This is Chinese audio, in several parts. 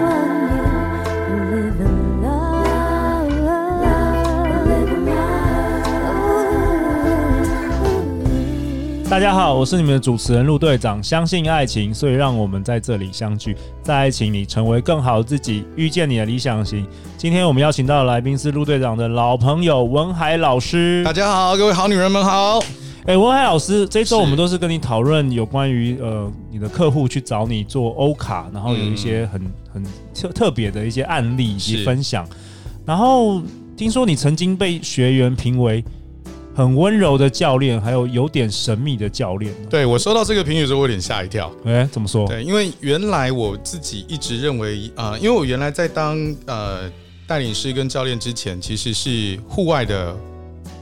one, you live in love, love, live in love. 大家好，我是你们的主持人陆队长。相信爱情，所以让我们在这里相聚，在爱情里成为更好的自己，遇见你的理想型。今天我们邀请到的来宾是陆队长的老朋友文海老师大。家好，各位好女人们好。哎、文海老师，这周是我们都是跟你讨论有关于呃你的客户去找你做欧卡，然后有一些很、很特特别的一些案例以及嗯是分享。然后听说你曾经被学员评为很温柔的教练，还有有点神秘的教练。对我收到这个评语的时候，我有点吓一跳。哎、怎么说？对，因为原来我自己一直认为，呃，因为我原来在当呃带领师跟教练之前，其实是户外的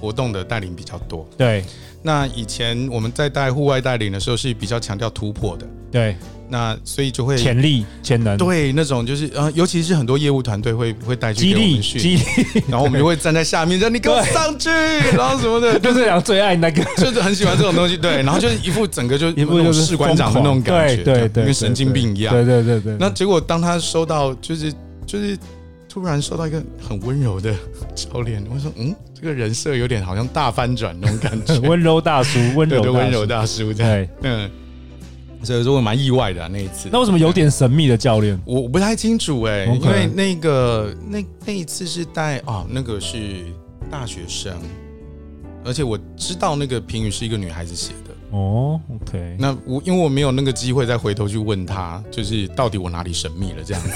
活动的带领比较多。对那以前我们在带户外带领的时候，是比较强调突破的，对，那所以就会潜力、潜能、对那种就是呃，尤其是很多业务团队会会带去激给我励、们训激练，励，然后我们就会站在下面，让你给我对上去，然后什么的， 就这两最爱那个。 就是很喜欢这种东西，对，然后就是一副整个就 一一部副就是士官长的那种感觉，对对对，跟神经病一样。对对对对，那结果当他收到，就是就是突然收到一个很温柔的教练，我说嗯，这个人设有点好像大翻转那种感觉， 温柔大叔，温对柔对温柔大大叔叔。这样，对，嗯，所以说我蛮意外的啊、那一次。那为什么有点神秘的教练？我我不太清楚哎、 OK 因为那个那那一次是带哦，那个是大学生，而且我知道那个评语是一个女孩子写的。哦，OK，那我因为我没有那个机会再回头去问他，就是到底我哪里神秘了这样子。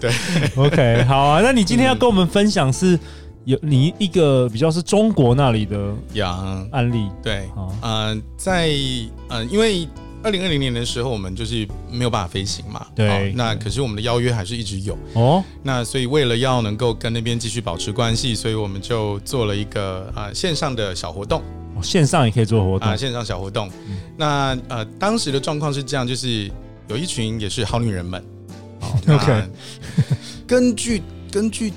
OK，好啊。那你今天要跟我们分享是有你一个比较是中国那里的呀，案例，对，好嗯，在呃，因为二零二零年的时候，我们就是没有办法飞行嘛。对好那可是我们的邀约还是一直有。哦，那所以为了要能够跟那边继续保持关系，所以我们就做了一个呃线上的小活动哦线上也可以做活啊、动，嗯线上小活动。那呃，当时的状况是这样，就是有一群也是好女 人们。好 OK 那 根据根据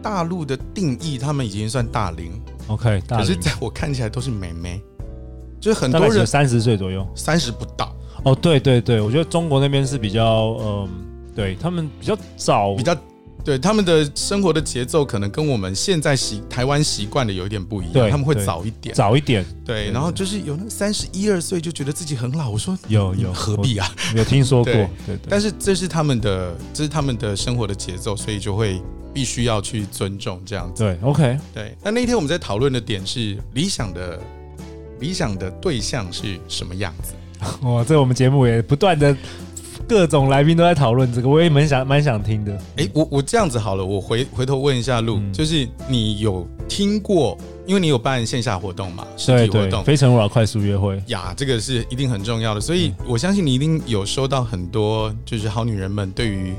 大陆的定义，他们已经算大龄， OK，大可是龄在我看起来都是美眉，就是很大多概是人三十岁左右。三十不到，哦，对对对，我觉得中国那边是比较，嗯，对他们比较早，比较对他们的生活的节奏可能跟我们现在习台湾习惯的有一点不一样，对他们会对早一点。早一点，对，然后就是有那三十一二岁就觉得自己很老，我说有有何必啊？有听说过，对对对但是这是他们的，这是他们的生活的节奏，所以就会必须要去尊重这样子。对，OK，对，那那天我们在讨论的点是理想的理想的对象是什么样子？哇，这我们节目也不断的各种来宾都在讨论这个，我也蛮想蛮想听的。诶，我我这样子好了，我回回头问一下路，嗯就是你有听过，因为你有办线下活动嘛，实对体活对，动。非诚勿扰快速约会，呀，这个是一定很重要的，所以嗯我相信你一定有收到很多，就是好女人们对于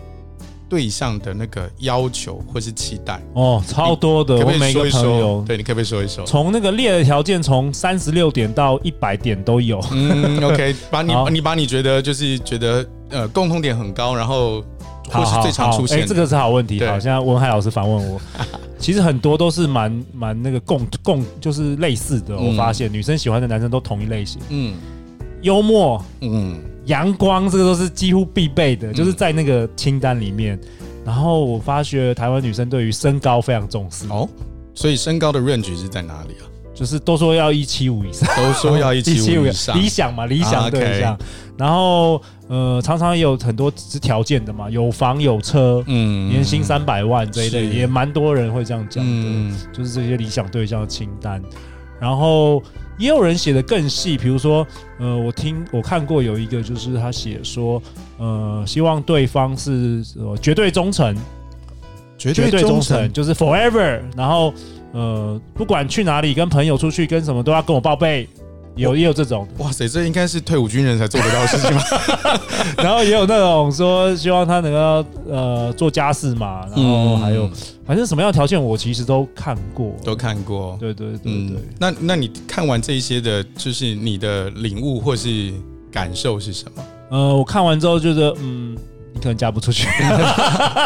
对象的那个要求或是期待，哦，超多的，可不我可以每说个一朋说友？对，你可不可以说一说？从那个列的条件从三十六点到一百点都有，嗯，OK，把你好你把你觉得就是觉得呃共同点很高，然后或好是好最常好出哎现这个是好问题。对好，现在文海老师反 问我，其实很多都是蛮蛮那个共共，就是类似的。我嗯发现女生喜欢的男生都同一类型，嗯幽默、嗯阳光，这个都是几乎必备的，就是在那个清单里面。然后我发觉台湾女生对于身高非常重视，哦，所以身高的 range 是在哪里啊？就是都说要一七五以上，都说要一 七五以上理，想嘛，理想啊对象。然后呃，常常也有很多是条件的嘛，有房有车，嗯年薪三百万这一类，是也蛮多人会这样讲的，嗯就是这些理想对象的清单。然后也有人写的更细，比如说，呃，我听我看过有一个，就是他写说，呃，希望对方是、呃、绝对忠诚，绝绝对对忠忠诚诚，就是 forever，然后呃，不管去哪里，跟朋友出去，跟什么都要跟我报备，有也有这种的，哇塞，这应该是退伍军人才做得到的事情 吧？然后也有那种说希望他能够呃做家事嘛，然后还有、嗯反正什么样的条件我其实都看过，都看过，嗯对对对对，那那你看完这一些的，就是你的领悟或是感受是什么？呃，我看完之后觉得嗯。你可能嫁不出去。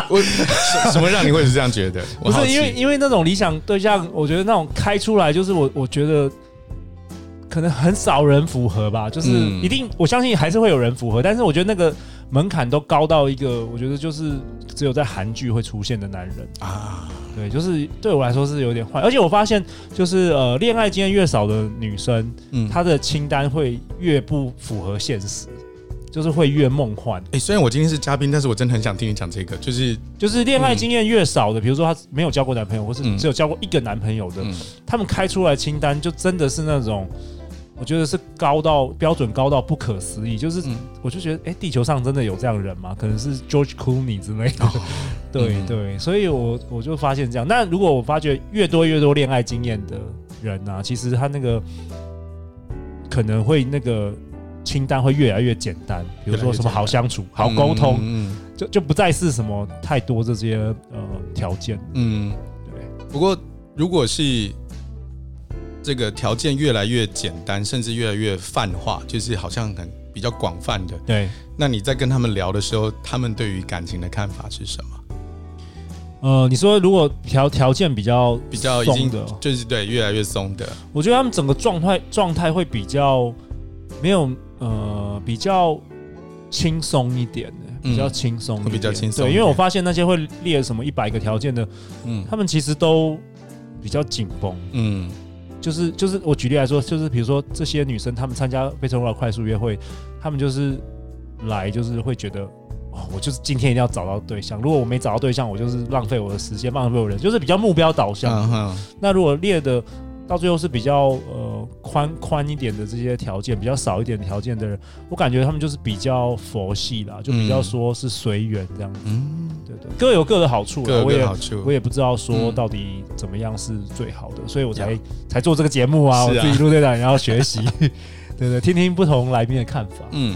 我什什么让你会是这样觉得？ 我不好是奇因为因为那种理想对象，我觉得那种开出来就是我我觉得可能很少人符合吧，就是嗯一定、我相信还是会有人符合，但是我觉得那个门槛都高到一个，我觉得就是只有在韩剧会出现的男人，啊，对，就是对我来说是有点坏，而且我发现就是呃，恋爱经验越少的女生，嗯，他她的清单会越不符合现实，就是会越梦幻。哎、虽然我今天是嘉宾，但是我真的很想听你讲这个，就是就是恋爱经验越少的，比如说她没有交过男朋友，或是嗯只有交过一个男朋友的，嗯他们开出来清单就真的是那种，我觉得是高到标准高到不可思议，就是、嗯我就觉得，哎、地球上真的有这样的人吗？可能是 George Clooney 之类 的，对、嗯对，所以我我就发现这样。那如果我发觉越多越多恋爱经验的人啊，其实他那个可能会那个清单会越来越简单，比如越来说越什么简好单相处、好沟通，嗯就就不再是什么太多这些呃条件，嗯对。不过如果是这个条件越来越简单，甚至越来越泛化，就是好像很比较广泛的，对。那你在跟他们聊的时候，他们对于感情的看法是什么？呃，你说如果条条件比较比较已松经的，哦就是对越来越松的，我觉得他们整个状态状态会比较没有呃比较轻松一点的，比较轻松一点、嗯会比较轻松一对，点因为我发现那些会列什么一百个条件的，嗯他们其实都比较紧绷。嗯就是就是我举例来说，就是比如说这些女生她们参加非诚勿扰快速约会，她们就是来就是会觉得。哦，我就是今天一定要找到对象。如果我没找到对象，我就是浪费我的时间，浪费我的人，就是比较目标导向。嗯哼那如果列的到最后是比较呃宽宽一点的这些条件，比较少一点条件的人，我感觉他们就是比较佛系啦，就比较说是随缘这样子。嗯，对对，各有各的好处啦，各有我各的也好处我。也不知道说嗯到底怎么样是最好的，所以我才呀才做这个节目啊，我嗯是啊自己陆队长也要学习， 对对，听听不同来宾的看法。嗯，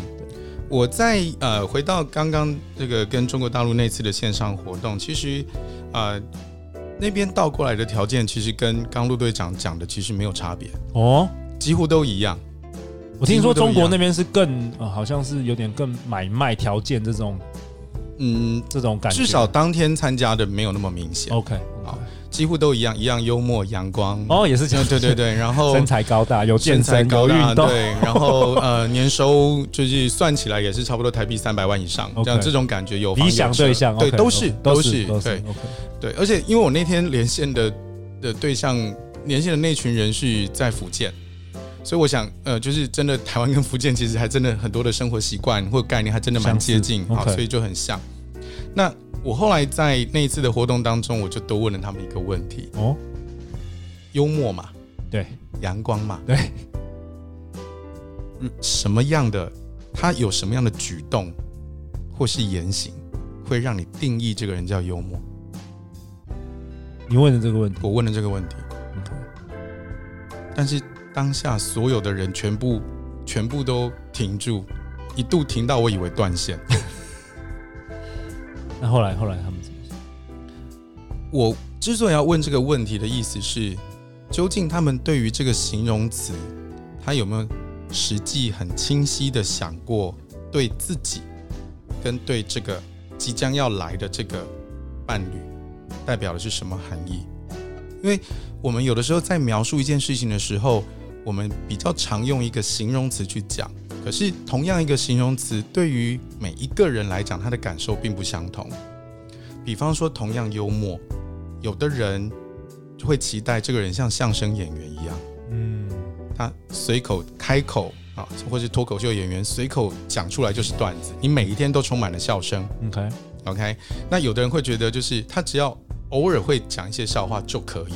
我在呃回到刚刚这个跟中国大陆那次的线上活动，其实呃那边倒过来的条件，其实跟刚陆队长讲的其实没有差别，哦，几乎都一样。我听说几乎都中一样国那边是更、呃、好像是有点更买卖条件这种嗯，这种感觉，哦至少当天参加的没有那么明显， OK 好几乎都一样，一样幽默阳光。哦，也是这样， 对对对，然 后身材高大，有健哦身材身，高有大，运动，对，然后 呃，年收就是算起来也是差不多台币三百万以上，这 OK 样这种感觉有 房理有想车对象，对， OK，都是都是都对 OK，对，而且因为我那天连线的的对象连线的那群人是在福建，所以我想呃，就是真的台湾跟福建其实还真的很多的生活习惯或概念还真的蛮相似接近，好， OK 所以就很像。那我后来在那一次的活动当中，我就多问了他们一个问题：哦，幽默嘛，对阳光嘛，对，嗯什么样的他有什么样的举动或是言行，会让你定义这个人叫幽默？你问的这个问题我问了这个问题， ，OK，但是当下所有的人全部全部都停住，一度停到我以为断线。那后来后来他们怎么说？我之所以要问这个问题的意思是，究竟他们对于这个形容词，他有没有实际很清晰的想过对自己跟对这个即将要来的这个伴侣代表的是什么含义？因为我们有的时候在描述一件事情的时候，我们比较常用一个形容词去讲，可是同样一个形容词，对于每一个人来讲，他的感受并不相同。比方说，同样幽默，有的人就会期待这个人像相声演员一样，嗯，他随口开口啊，或是脱口秀演员随口讲出来就是段子，你每一天都充满了笑声。 OK， OK，那有的人会觉得，就是他只要偶尔会讲一些笑话就可以，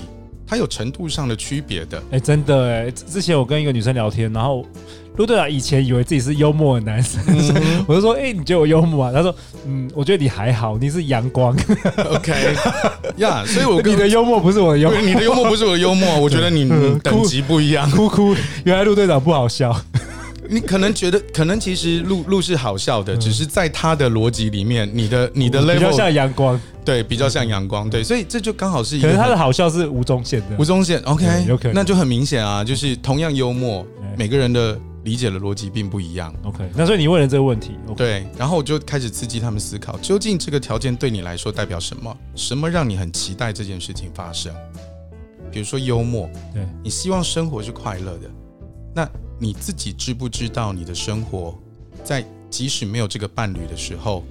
他有程度上的区别的。哎，真的哎，之之前我跟一个女生聊天，然后陆队长以前以为自己是幽默的男生，嗯我就说，哎，你觉得我幽默啊？他说，嗯，我觉得你还好，你是阳 光， OK，呀、所以我跟你的幽默不是我的幽不是你的幽默不是我的幽默，我觉得你嗯你等级不 一样。默，哭哭，原来陆队长不好笑，你可能觉得，可能其实路路是好笑的，只是在他的逻辑里面，你的你的比较 level 像阳光，对比较像阳光，对，所以这就刚好是一嗯可个能他很的好笑是吴宗宪的吴，宗宪，OK，有可能哎那就很明显啊，就是同样幽默对，每个人的理解的逻辑并不一样。 OK，那所以你问了这个问题，OK，对，然后我就开始刺激他们思考，究竟这个条件对你来说代表什么？什么让你很期待这件事情发生？比如说幽默，对，你希望生活是快乐的，那你自己知不知道你的生活在即使没有这个伴侣的时候，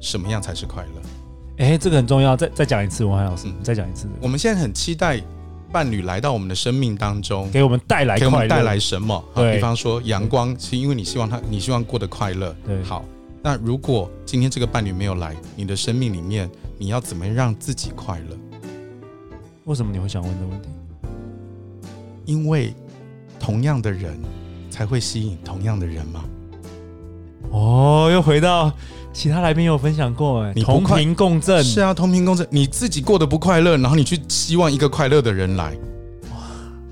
什么样才是快乐？哎、这个很重要，再再讲一次，王海老师，嗯再讲一次这个，我们现在很期待伴侣来到我们的生命当中，给我们带来给我快们乐，带来什么？好对比方说阳光，是因为你希望他，你希望过得快乐。对好，那如果今天这个伴侣没有来，你的生命里面，你要怎么样让自己快乐？为什么你会想问这个问题？因为同样的人才会吸引同样的人嘛。哦，又回到其他来宾有分享过，哎，你不同快频共振，是啊，同频共振，你自己过得不快乐，然后你去希望一个快乐的人来，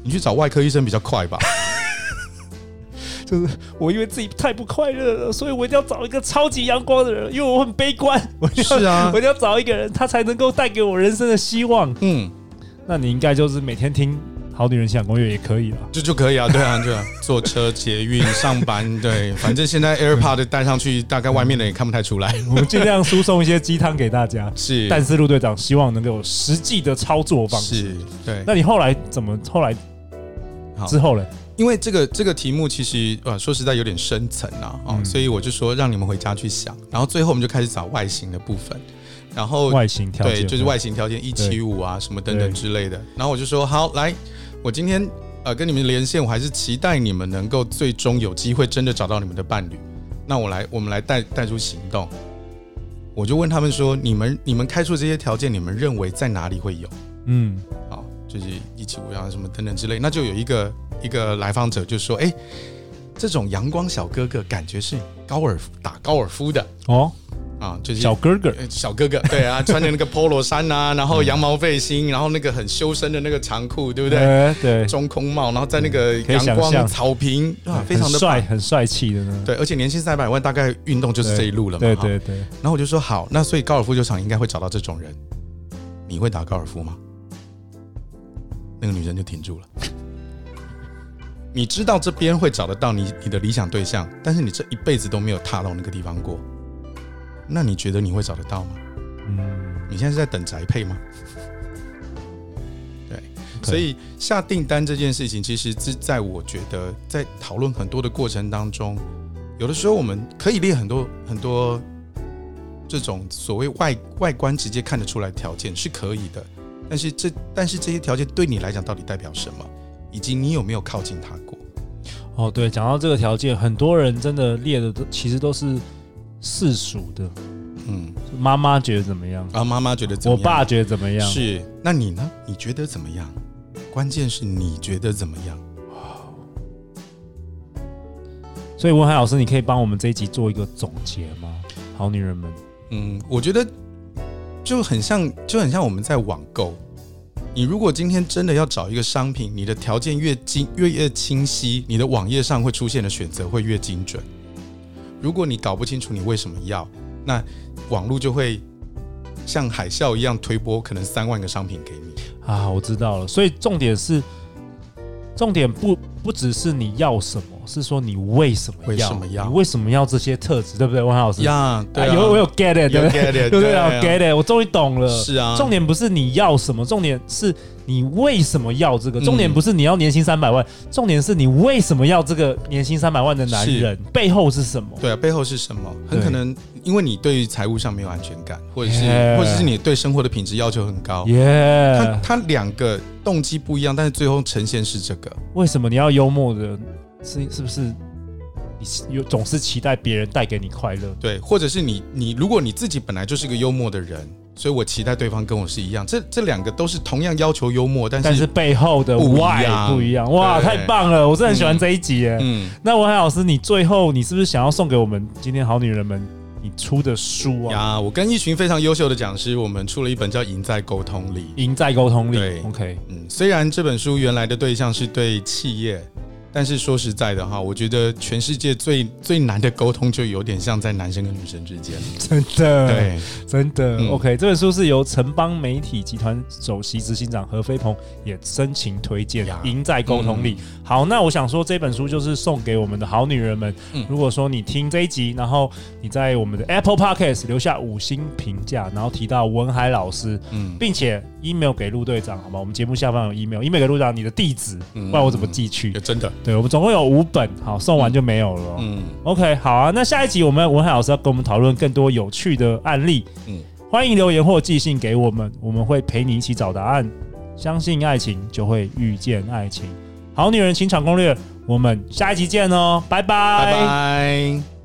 你去找外科医生比较快吧？就是我因为自己太不快乐了，所以我一定要找一个超级阳光的人，因为我很悲观，我一定要是啊我一定要找一个人，他才能够带给我人生的希望。嗯，那你应该就是每天听《好女人想攻略》也可以了。这就可以啊，对啊，对啊，坐车、捷运、上班，对，反正现在 AirPod 戴上去，大概外面的人也看不太出来。我们尽量输送一些鸡汤给大家，是，但是陆队长希望能够有实际的操作方式。是对。那你后来怎么？后来好之后呢？因为这个这个题目其实呃说实在有点深层啊，哦，嗯所以我就说让你们回家去想，然后最后我们就开始找外形的部分，然后外形条件嗯对，就是外形条件一七五啊什么等等对之类的。然后我就说好，来，我今天呃跟你们连线，我还是期待你们能够最终有机会真的找到你们的伴侣。那我来，我们来带带出行动。我就问他们说，你们你们开出这些条件，你们认为在哪里会有？嗯，好，就是一起舞啊什么等等之类，那就有一个一个来访者就说，哎、这种阳光小哥哥感觉是高尔夫打高尔夫的哦，啊，就是小哥哥，呃小哥哥，对啊，穿着那个 polo 衫啊，然嗯后羊毛背心，然后那个很修身的那个长裤，对不对？呃对，中空帽，然后在那个可以想阳象光草坪啊，非常很的帅，棒。很帅气的呢。对，而且年薪三百万，大概运动就是这一路了嘛。对哈对对，然后我就说好，那所以高尔夫球场应该会找到这种人。你会打高尔夫吗？那个女生就停住了。你知道这边会找得到你你的理想对象，但是你这一辈子都没有踏到那个地方过，那你觉得你会找得到吗？嗯，你现在是在等宅配吗？对， OK 所以下订单这件事情，其实是在我觉得在讨论很多的过程当中，有的时候我们可以列很多很多这种所谓外外观直接看得出来的条件是可以的，但是这但是这些条件对你来讲到底代表什么，以及你有没有靠近它过？哦，对，讲到这个条件，很多人真的列的都其实都是世俗的，嗯，妈妈觉得怎么样，然后妈妈觉得怎么我样？爸觉得怎么样，是，那你呢？你觉得怎么样？关键是你觉得怎么样？所以文海老师，你可以帮我们这一集做一个总结吗？好女人们，嗯，我觉得就很像，就很像我们在网购。你如果今天真的要找一个商品，你的条件越精越越清晰，你的网页上会出现的选择会越精准。如果你搞不清楚你为什么要，那网络就会像海啸一样推播可能三万个商品给你。啊，我知道了。所以重点是，重点不不只是你要什么，是说你为什么要，为什么要你为什么要这些特质，对不对，文海老师？呀、对、啊啊有我有 get it，对有不对？ get 对 it，不对啊啊？get it，我终于懂了。是啊，重点不是你要什么，重点是你为什么要这个。重嗯点不是你要年薪三百万，重点是你为什么要这个年薪三百万的男人，背后是什么？对啊，背后是什么？很对可能因为你对于财务上没有安全感，或者是 Yeah 或者是你对生活的品质要求很高。它耶！它两个动机不一样，但是最后呈现是这个。为什么你要幽默的？是是不是你有总是期待别人带给你快乐？对，或者是你你如果你自己本来就是个幽默的人，所以我期待对方跟我是一样。这这两个都是同样要求幽默，但是但是背后的不一 why 样不一样，哇，对太棒了！我真的很喜欢这一集耶。嗯，那文海老师，你最后你是不是想要送给我们今天好女人们你出的书啊？呀，我跟一群非常优秀的讲师，我们出了一本叫《赢在沟通里》。赢在沟通力对，OK，嗯，虽然这本书原来的对象是对企业，但是说实在的哈，我觉得全世界最最难的沟通，就有点像在男生跟女生之间。真的，对，真的、嗯 OK，这本书是由城邦媒体集团首席执行长何飞鹏也深情推荐呀，嗯赢在沟通力。好，那我想说这本书就是送给我们的好女人们。嗯如果说你听这一集，然后你在我们的 Apple Podcast 留下五星评价，然后提到文海老师，嗯，并且 email 给陆队长，好吗？我们节目下方有 email，email 给陆队长你的地址，嗯不然我怎么寄去？真的，对我们总共有五本，好，送完就没有了哦。嗯， OK，好啊，那下一集我们文海老师要跟我们讨论更多有趣的案例，嗯欢迎留言或寄信给我们，我们会陪你一起找答案。相信爱情，就会遇见爱情。好女人情场攻略，我们下一集见哦，拜拜拜。